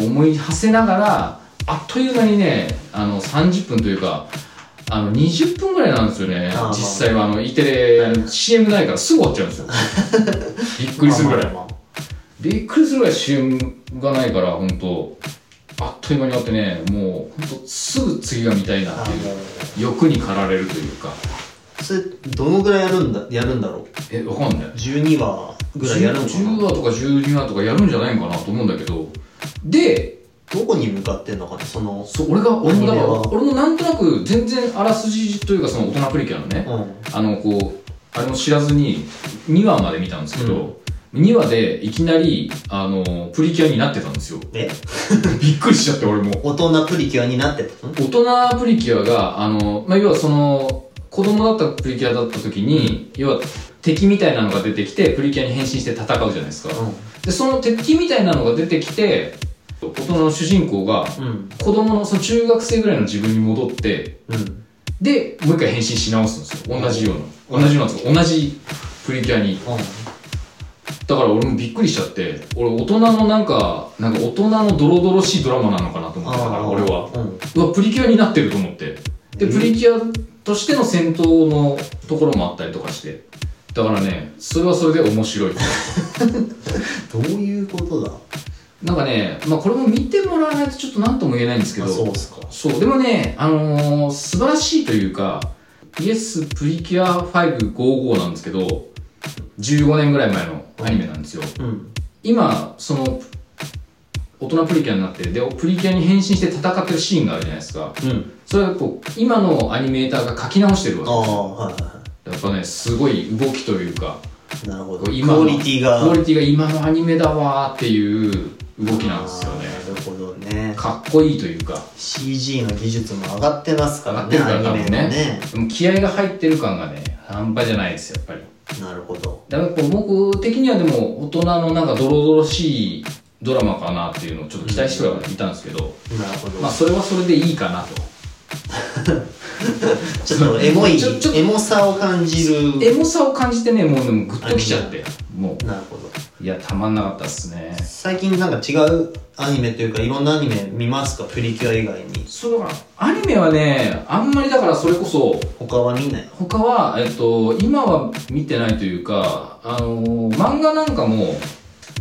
S1: う思い馳せながらあっという間にねあの30分というかあの20分ぐらいなんですよね
S2: あー
S1: 実際はあの E テレあの CM ないからすぐ終わっちゃうんですよ びっくりするぐらい
S2: まあまあま
S1: びっくりするぐらい CM がないから本当あっという間に終わってねもう本当すぐ次が見たい
S2: あ
S1: な
S2: あ
S1: ってい
S2: も
S1: う欲に駆られるというか
S2: うそれどのぐらいやるんだやるんだろう
S1: えわかんない
S2: 12話ぐらいやるのか
S1: 10
S2: な
S1: 話とか12話とかやるんじゃないかなと思うんだけどで
S2: どこに向かってんのかなその
S1: そう俺が俺もだから
S2: アニメは
S1: 俺もなんとなく全然あらすじというかその大人プリキュアのね、
S2: うん
S1: あのこうあれも知らずに2話まで見たんですけど、2話でいきなりあのプリキュアになってたんですよ
S2: え
S1: びっくりしちゃって俺も
S2: 大人プリキュアになってたの
S1: 大人プリキュアがあの、まあ、要はその子供だったプリキュアだった時に、要は敵みたいなのが出てきてプリキュアに変身して戦うじゃないですか、でその敵みたいなのが出てきて大人の主人公が
S2: うんうん
S1: 子供のその中学生ぐらいの自分に戻って
S2: うん
S1: でもう一回変身し直すんですよ同じような同じようなっていうか同じプリキュアにだから俺もびっくりしちゃって俺大人のなんかなんか大人のドロドロしいドラマなのかなと思ってたから俺は
S2: うん
S1: うわプリキュアになってると思ってで
S2: うん
S1: プリキュアとしての戦闘のところもあったりとかしてだからねそれはそれで面白い
S2: どういうことだ
S1: なんかね、まあ、これも見てもらわないとちょっと何とも言えないんですけど、
S2: あそうっすか
S1: そうでもね、あのー素晴らしいというか、イエスプリキュア555なんですけど、15年ぐらい前のアニメなんですよ。
S2: うん
S1: 今、その、大人プリキュアになって、で、プリキュアに変身して戦ってるシーンがあるじゃないですか。
S2: うん
S1: それはこう、今のアニメーターが書き直してる
S2: あ
S1: わ
S2: あはいはいは
S1: け。やっぱね、すごい動きというか、
S2: いなるほ
S1: こ
S2: ど
S1: う
S2: ク
S1: 今の
S2: オリティが
S1: クオリティが今のアニメだわーっていう動きなんですよね。
S2: あーなるほどね
S1: かっこいいというか
S2: CG の技術も上がってますからね
S1: 上がっ
S2: ア
S1: てるから
S2: ニメの
S1: 多分
S2: ね
S1: でも気合が入ってる感がね半端じゃないですやっぱり
S2: なるほど
S1: だからこう僕的にはでも大人のなんかドロドロしいドラマかなっていうのをちょっと期待してはいたんですけど、
S2: なるほど
S1: まあそれはそれでいいかなと
S2: ちょっとエモい
S1: ちょちょ
S2: エモさを感じる
S1: エモさを感じてねもうでもグッときちゃっても
S2: なるほど
S1: ういやたまんなかったっすね
S2: 最近なんか違うアニメというかいろんなアニメ見ますかプリキュア以外に
S1: そうだからアニメはねあんまりだからそれこそ
S2: 他は見ない
S1: 他は、えっと、今は見てないというか、あの漫画なんかも、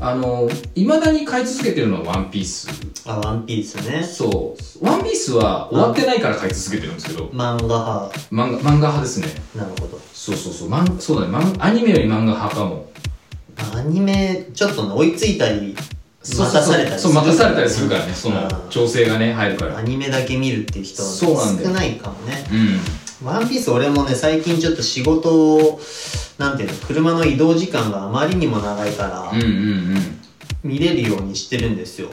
S1: あの未だに買い続けてるのはワンピース。
S2: あワンピースね
S1: そう。ワンピースは終わってないから買い続けてるんですけど、
S2: 漫画派
S1: 漫画、漫画派ですね。
S2: なるほど
S1: そうそうそう。漫そうだね。漫アニメより漫画派かも。
S2: アニメちょっとね追いついたり
S1: そうそう
S2: 待た
S1: そう
S2: されたり
S1: そう、待たされたりするからね。その
S2: あ、ー
S1: 調整がね、入るから。
S2: ア
S1: うん。
S2: ニメだけ見るっていう人は
S1: そうなんだよ
S2: 少ないかもねワンピース俺もね最近ちょっと仕事をなんていうの車の移動時間があまりにも長いから、
S1: うんうんうん。
S2: 見れるようにしてるんですよ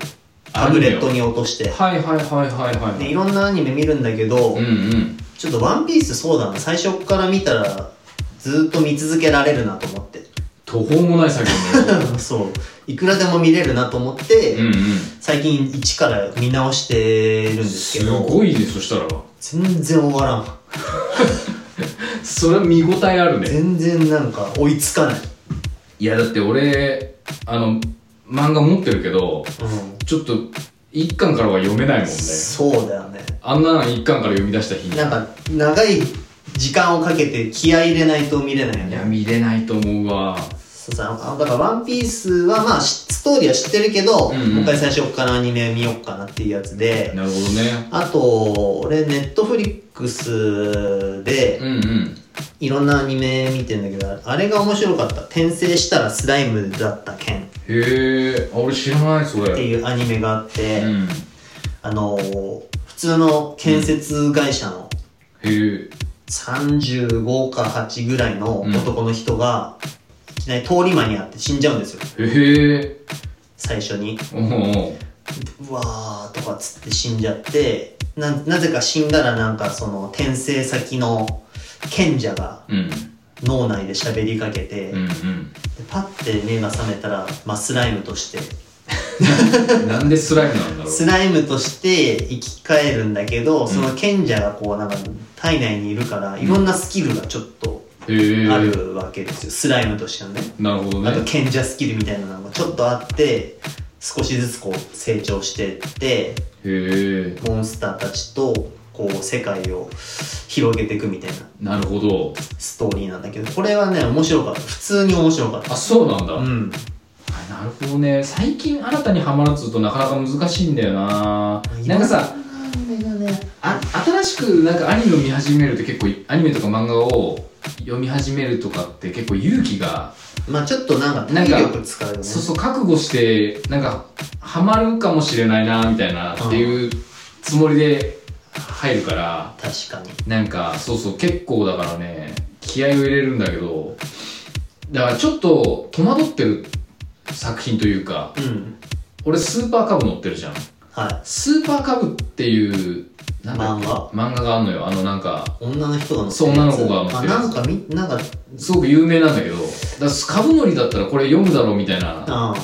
S2: タブレットに落として
S1: はいはいはいはいはい、
S2: でいろんなアニメ見るんだけど、
S1: うんうん
S2: ちょっと「ワンピースそうだな最初から見たらずっと見続けられるなと思って
S1: 途方もない作業ね
S2: そういくらでも見れるなと思って、
S1: うんうん
S2: 最近一から見直してるんですけ
S1: す
S2: ど
S1: ごいねそしたら
S2: 全然終わらん
S1: それは見応えあるね
S2: 全然なんか追いつかない、
S1: いやだって俺あの漫画持ってるけど
S2: うん、
S1: ちょっと一巻からは読めないもんね
S2: そうだよね
S1: あんなの一巻から読み出した日に
S2: なんか長い時間をかけて気合い入れないと見れない
S1: い
S2: よね
S1: や見れないと思うわ
S2: そうさあだから「ワンピースはまあしストーリーは知ってるけど、
S1: うんうん
S2: もう一回最初からアニメ見ようかなっていうやつで、
S1: なるほどね
S2: あと俺ネットフリックスで
S1: うんうん
S2: いろんなアニメ見てんだけどあれが面白かった「転生したらスライムだった剣」
S1: へえ俺知らないそ
S2: って
S1: れ
S2: いうアニメがあって、
S1: うん
S2: あの普通の建設会社の
S1: へえ
S2: 35か8ぐらいの男の人が、いきなり通り魔にあって死んじゃうんですよ
S1: へえ
S2: 最初に
S1: おうおう
S2: うわーとかっつって死んじゃってななぜか死んだらなんかその転生先の賢者が
S1: うん
S2: 脳内で喋りかけて、
S1: うん
S2: でパッて目が覚めたら、まあ、スライムとして
S1: うんなんでスライムなんだろ う
S2: スライムとして生き返るんだけどその賢者がこうなんか体内にいるからいろんなスキルがちょっと
S1: へえ
S2: あるわけですよスライムとしてはね
S1: なるほど
S2: あと
S1: ね
S2: 賢者スキルみたいなのがちょっとあって少しずつこう成長してって
S1: へえ
S2: モンスターたちとこう世界を広げていくみたいな
S1: なるほど
S2: ストーリーなんだけどこれはね面白かった普通に面白かっ
S1: あそうなんだ、
S2: たうん
S1: あなるほどね最近新たにハマらずとなかなか難しいんだよななんかさあ新しくなんかアニメを見始めると結構アニメとか漫画を読み始めるとかって結構勇気が
S2: まあちょっとなんか
S1: なん
S2: 体
S1: か
S2: 力使うよね
S1: そうそう覚悟してなんかハマるかもしれないなみたいなっていうつもりで入るから
S2: 確かに
S1: なんかそうそう結構だからね気合を入れるんだけどだからちょっと戸惑ってる作品というか
S2: うん
S1: 俺スーパーカブ乗ってるじゃん
S2: はい
S1: スーパーカブっていうなんだっけ
S2: 漫
S1: 漫画があるのよあのなんか
S2: 女の人が乗って
S1: そう女の子が乗って
S2: あ
S1: るやつ
S2: なんかみなんか
S1: すごく有名なんだけどだからカブ乗りだったらこれ読むだろうみたいな
S2: あ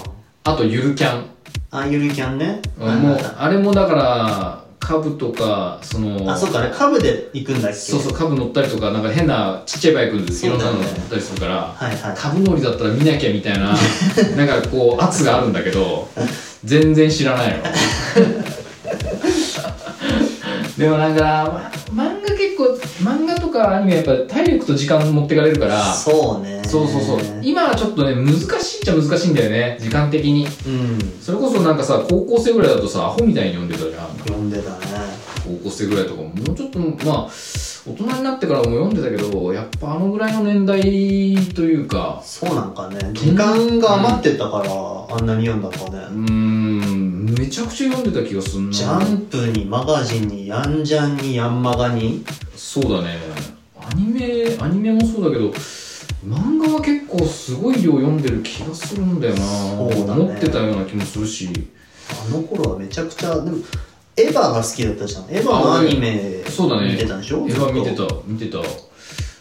S1: あとゆるキャン
S2: ああゆるキャンねはいはい
S1: もう
S2: はい
S1: あれもだからカブとかその
S2: あそうかねカブで行くんだっけ
S1: そうそうカブ乗ったりとかなんか変なちっちゃいバイクでい
S2: そ
S1: ろ
S2: うんだ
S1: な
S2: よ
S1: の
S2: ね
S1: 乗ったりするから
S2: はいはい
S1: カブ乗りだったら見なきゃみたい ななんかこう圧があるんだけど全然知らない のでもなんか、ま、漫画結構漫画とかアニメやっぱ体力と時間持ってかれるからそ
S2: そうね
S1: うそうそう今はちょっとね難しいっちゃ難しいんだよね時間的に
S2: うん
S1: それこそなんかさ高校生ぐらいだとさアホみたいに読んでたじゃん
S2: 読んでたね
S1: 高校生ぐらいとかももうちょっとまあ大人になってからも読んでたけどやっぱあのぐらいの年代というか
S2: そうなんかね時間が余ってたから、あんなに読んだのかね、
S1: うーんめちゃくちゃ読んでた気がすんな
S2: ジャンプにマガジンにヤンジャンにヤンマガに
S1: そうだねアニメアニメもそうだけど漫画は結構すごい量読んでる気がするんだよな
S2: そうだね
S1: 持ってたような気もするし
S2: あの頃はめちゃくちゃでもエヴァが好きだったじゃんエヴァのアニメ
S1: そうだね
S2: 見てたんでしょ
S1: エヴァ見て
S2: ずったと
S1: 見てた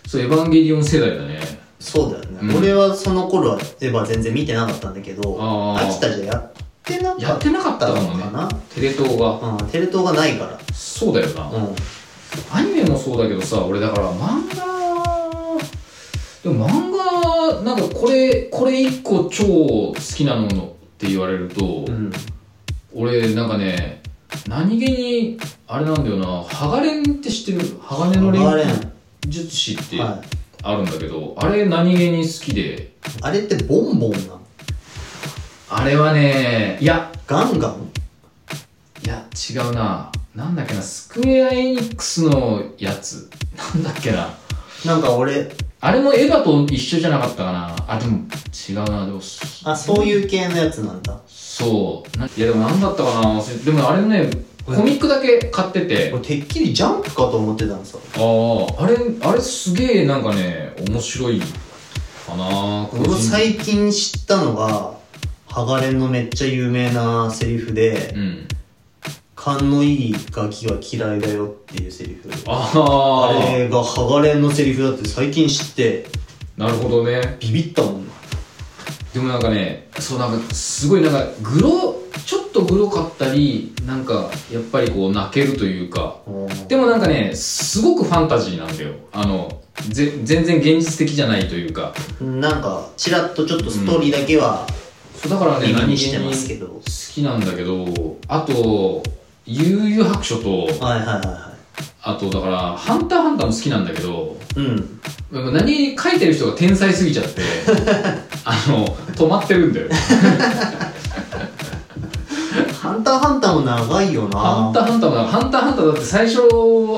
S1: そうエヴァンゲリオン世代だね
S2: そうだよね、
S1: うん
S2: 俺はその頃はエヴァ全然見てなかったんだけど
S1: あー
S2: 秋田じゃやってなかった
S1: やってなかったかもね
S2: のか
S1: テレ東が
S2: な、うん、テレ東がないか
S1: そうだよな、
S2: らうん
S1: アニメもそうだけどさ俺だから漫画でも漫画なんかこれこれ一個超好きなものって言われると、
S2: うん
S1: 俺なんかね何気にあれなんだよな鋼って知ってる鋼の
S2: 鋼
S1: 錬術師って
S2: は
S1: あるんだけど、あれ何気に好きで
S2: あれってボンボンなの
S1: あれはねいや
S2: ガンガン
S1: いや違うななんだっけなスクエア・エニックスのやつなんだっけな
S2: なんか俺
S1: あれもエヴァと一緒じゃなかったかなあ、でも違うな、でも。
S2: あそういう系のやつなんだ
S1: そう。ないや、でも何だったかな忘れでもあれね、コミックだけ買ってて、あ
S2: 俺てっきりジャンプかと思ってたんさ
S1: あ、あれ、あれすげえなんかね、面白いかな個
S2: 俺
S1: 人的に
S2: 最近知ったのが「ハガレンのめっちゃ有名なセリフで、
S1: うん
S2: 勘のいいガキが嫌いだよっていうセリフ。
S1: あ
S2: あ
S1: あ
S2: れがハガレンのセリフだって最近知って、
S1: なるほどね
S2: ビビったもんな。
S1: でもなんかねそうなんかすごいなんかグロちょっとグロかったりなんかやっぱりこう泣けるというかでもなんかねすごくファンタジーなんだよあのぜ全然現実的じゃないというか
S2: なんか、ちらっとちょっとストーリーだけは、
S1: そうだからね
S2: 今
S1: 何
S2: に
S1: 気
S2: して
S1: に
S2: ますけど
S1: 好きなんだけどあと悠々白書と
S2: はいはいはいは
S1: あとだから「ハンターハンター」も好きなんだけど
S2: い。うん。
S1: なんか何書いてる人が天才すぎちゃ ってあの止まってるんだよ
S2: ハンターハンターも長いよな。
S1: ハンターハンターもだハンターハンターだって最初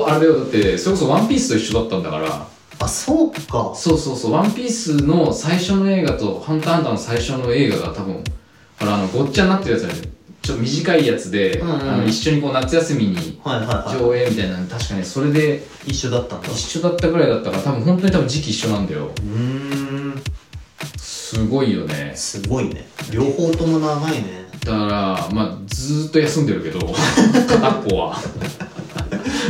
S1: あれだよだってそれこそワンピースと一緒だったんだから
S2: あ、そうか。
S1: そうそうそうワンピースの最初の映画とハンターハンターの最初の映画が多分ほらあのごっちゃになってるやつだよねちょっと短いやつで、
S2: うんうん
S1: あの一緒にこう夏休みに
S2: はいはいは
S1: 上映みたいなの確かねそれで
S2: い。一緒だったんだ。う
S1: 一緒だったぐらいだったから多分本当に多分時期一緒なんだよ
S2: ーん。
S1: すごいよね
S2: すごいね。両方とも長いね。
S1: だからまあずーっと休んでる けど片っぽは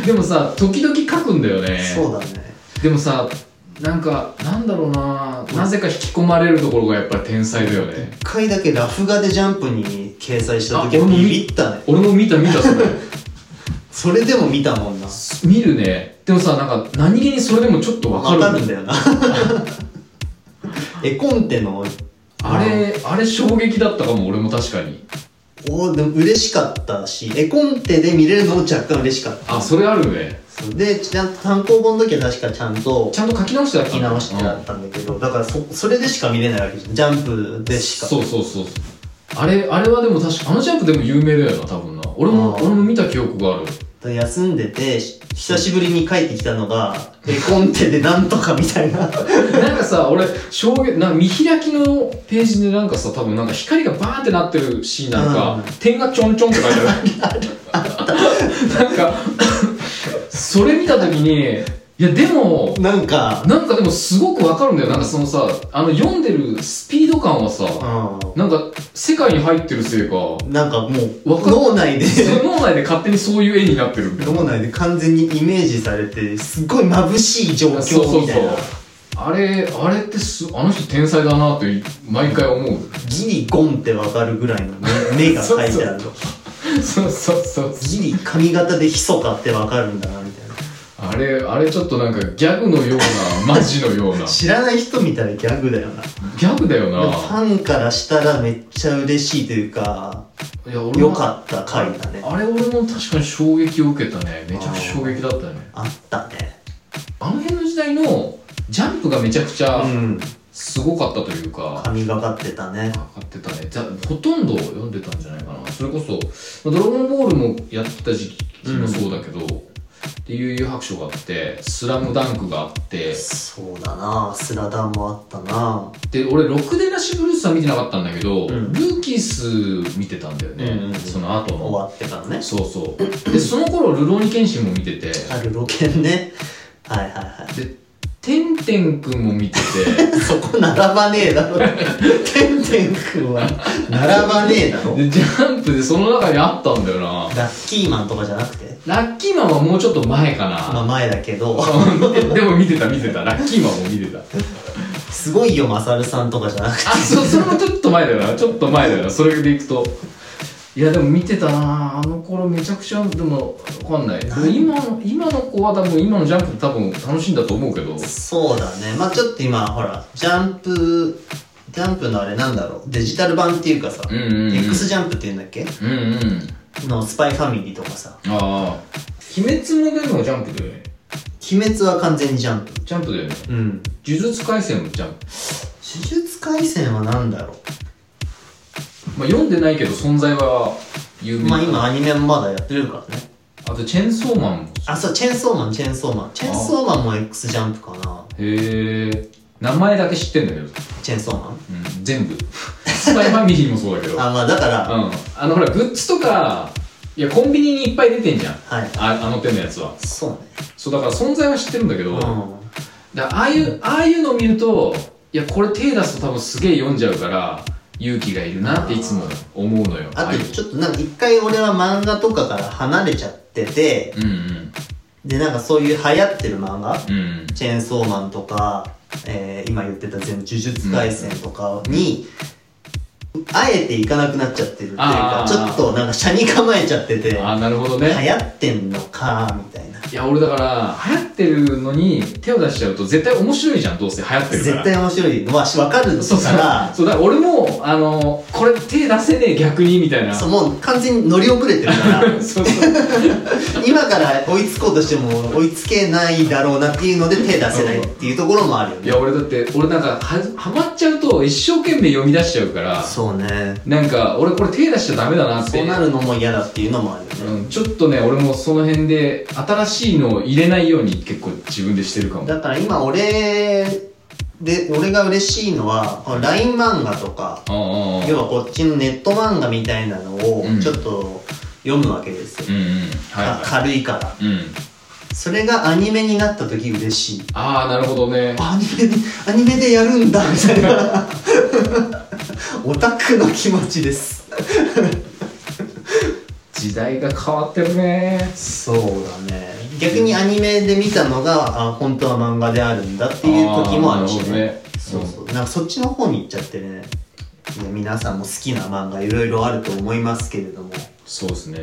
S1: でもさ時々書くんだよね
S2: そうだね。
S1: でもさなんかなんだろうななぜか引き込まれるところがやっぱり天才だよね
S2: 一回だけラフ画でジャンプに掲載した時
S1: あ俺
S2: は
S1: も
S2: ビ
S1: 見
S2: ビったね。
S1: 俺も見た見たそ れ
S2: それでも見たもんな。
S1: 見るねでもさなんか何気にそれでもちょっとわか
S2: わ
S1: る
S2: かるんだよな。 絵コンテの、
S1: あれあれ衝撃だったかも俺も確かに
S2: おでも嬉しかったし、絵コンテで見れるのも若干嬉しかった。
S1: あそれあるね
S2: で、ちゃんと単行本の時は確かちゃんと
S1: ちゃんと書き直してた
S2: 書き直してあ
S1: うん
S2: ったんだけど、だからそそれでしか見れないわけじゃん。ジャンプでしか。
S1: そうそうそうあれあれはでも確かあのジャンプでも有名だよな多分な俺も
S2: あー
S1: 俺も見た記憶がある
S2: で休んでて、し久しぶりに帰ってきたのが、絵コンテでなんとかみたいな。
S1: なんかさ、俺、衝撃、なんか見開きのページでなんかさ、多分なんか光がバーンってなってるシーンなん
S2: うん
S1: か、点がちょんちょんって書いてある。なんか、それ見たときに、いやでも、
S2: なんか、
S1: なんかでもすごくわかるんだよ。なんかそのさ、あの読んでるスピード感はさ、
S2: う
S1: なんか世界に入ってるせいか、
S2: ん。なんかもう、
S1: わかる
S2: 脳内で、
S1: 脳内で勝手にそういう絵になってるんだよ。
S2: 脳内で完全にイメージされて、すっごい眩しい状
S1: そう
S2: 況
S1: そ
S2: み
S1: う
S2: た
S1: そ
S2: いうな。。
S1: あれ、あれってす、あの人天才だなって毎回思う。
S2: ギリゴンってわかるぐらい の目目が描いてあるの。
S1: そうそうそう。
S2: ギリ髪型で密かってわかるんだな、みたいな。
S1: あれ、あれちょっとなんかギャグのような、マジの ような。ギ
S2: 知らない人見たらギャグだよな。
S1: ャグだよ
S2: フ
S1: な。
S2: ァンからしたらめっちゃ嬉しいというか、
S1: いや、俺も
S2: 良かった回だね。
S1: あれ俺も確かに衝撃を受けたね。めちゃくちゃ衝撃だったね。
S2: あったね。
S1: あの辺の時代のジャンプがめちゃくちゃ
S2: うん。
S1: すごかったというか、
S2: 神がかってたね。
S1: 買ってたね。じゃほとんど読んでたんじゃないかな。それこそ、まあドラゴンボールもやってた時期もそうだけど、っていう誘白書があって、スラムダンクがあって、
S2: そうだなスラダンもあったな
S1: で俺ろくでなしブルースは見てなかったんだけど、
S2: うん
S1: ルーキース見てたんだよね、
S2: うんうん
S1: その後
S2: 終
S1: の
S2: わってからね。
S1: そうそうでその頃ルローニケンシンも見てて
S2: あるロケンね。はいはいはい。
S1: でてんてんくんも見てて
S2: そこ並ばねえだろ。てんてんくんは並ばねえだろ。
S1: でジャンプでその中にあったんだよな
S2: ラッキーマンとかじゃなくて
S1: ラッキーマンはもうちょっと前か
S2: まあ
S1: な、
S2: 前だけど、
S1: でも見てた見てたラッキーマンも見てた
S2: すごいよ、マサルさんとかじゃなくて。
S1: あそそれもちょっと前だよなちょっと前だよなそれでいくといやでも見てたなあの頃めちゃくちゃでもわかんないでも今の今の子は多分今のジャンプ多分楽しいんだと思うけど
S2: そうだね。まあちょっと今、ほら、ジャンプ、ジャンプのあれなんだろう。デジタル版っていうかさ、
S1: うんうんうん
S2: X ジャンプっていうんだっけ
S1: うんうん
S2: のスパイファミリーとかさ、
S1: ああ鬼滅もでもジャンプだよね
S2: 鬼滅は完全にジャンプ。
S1: ジャンプだよね
S2: うん。
S1: 呪術廻戦もジャンプ
S2: 手術回戦はなんだろ
S1: まあ読んでないけど存在は有
S2: う。
S1: 名
S2: まあ今アニメもまだやってるからね。
S1: あとチェンソーマンも
S2: あ、そう、チェーンソーマン、チェーンソーマン。チェーンソーマンも X ジャンプかな。
S1: へえ名前だけ知ってんだけど、
S2: チェーンソーマン。
S1: うん、全 部スパイファミリーもそうだけど
S2: あ、まあだから、
S1: うん、あのほらグッズとかいやコンビニにいっぱい出てんじゃん
S2: はい。
S1: ああの手のやつは
S2: そうね。
S1: そうだから存在は知ってるんだけど、だ
S2: う
S1: か
S2: ん。
S1: らああいうああいうのを見るといやこれ手出すと多分すげえ読んじゃうから勇気がいるなっていつも思うのよ
S2: あ
S1: ああい
S2: と
S1: う
S2: ちょっとなんか一回俺は漫画とかから離れちゃってて、
S1: うんうん
S2: でなんかそういう流行ってる漫画、
S1: うん
S2: チェーンソーマンとか、えー今言ってた全部呪術廻戦とかに、あえて行かなくなっちゃってるっていうか
S1: あ、ー
S2: ちょっとなんか車に構えちゃってて、流
S1: あ
S2: 行
S1: あなるほどね
S2: ってんのか、みたいな。
S1: いや俺だから流行ってるのに手を出しちゃうと絶対面白いじゃんどうせ流行ってるから
S2: 絶対面白いのはわかる
S1: そう
S2: か
S1: そう
S2: ら、
S1: そうだから俺もあのこれ手出せねえ逆にみたいな
S2: そうもう完全に乗り遅れてるから、
S1: そうそう
S2: 今から追いつこうとしても追いつけないだろうなっていうので手出せないっていうところもあるよ
S1: い
S2: ね
S1: や俺だって俺なんかはハマっちゃうと一生懸命読み出しちゃうから
S2: そうね
S1: なんか俺これ手出しちゃダメだなって
S2: そうなるのも嫌だっていうのもあるよね、
S1: うん、ちょっとね俺もその辺で新しいのを入れないように結構自分でしてるかも
S2: だから今俺で俺が嬉しいのはこの LINE 漫画とか
S1: ああああ
S2: 要はこっちのネット漫画みたいなのを
S1: うん
S2: ちょっと読むわけですよ、
S1: うんうんはい
S2: か
S1: は
S2: 軽いから
S1: いうん
S2: それがアニメになった時嬉しい
S1: ああなるほどね
S2: アニメでアニメでやるんだみたいな オタクの気持ちです
S1: 時代が変わってるね
S2: そうだね逆にアニメで見たのがあ本当は漫画であるんだっていう時もあるし
S1: あー
S2: ね
S1: なるほどね
S2: そうそうなんかそっちの方に行っちゃってねいや皆さんも好きな漫画いろいろあると思いますけれども
S1: そうですね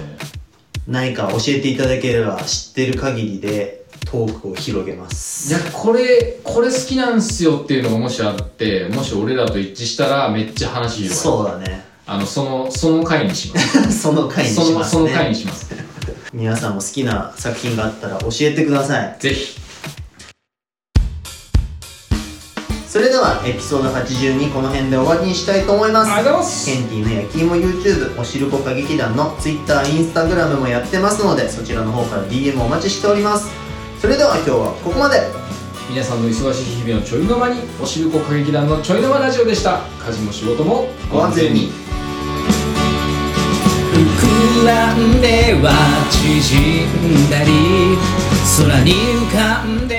S2: 何か教えていただければ知ってる限りでトークを広げま
S1: いや
S2: す
S1: これこれ好きなんすよっていうのがもしあってもし俺らと一致したらめっちゃ話広がる
S2: そうだね
S1: あのそのその回にします
S2: その回にしま
S1: そ
S2: す
S1: のその回に
S2: ね
S1: します
S2: 皆さんも好きな作品があったら教えてください
S1: ぜひ
S2: それではエピソード82この辺で終わりにしたいと思います
S1: ありがとうございます
S2: ケンティーの焼き芋 YouTube おしるこ歌劇団の Twitter、Instagram もやってますのでそちらの方から DM お待ちしておりますそれでは今日はここまで
S1: 皆さんの忙しい日々のちょいの間におしるこ歌劇団のちょいの間ラジオでした家事も仕事も
S2: ご安全に
S4: 膨らんでは縮んだり空に浮かんで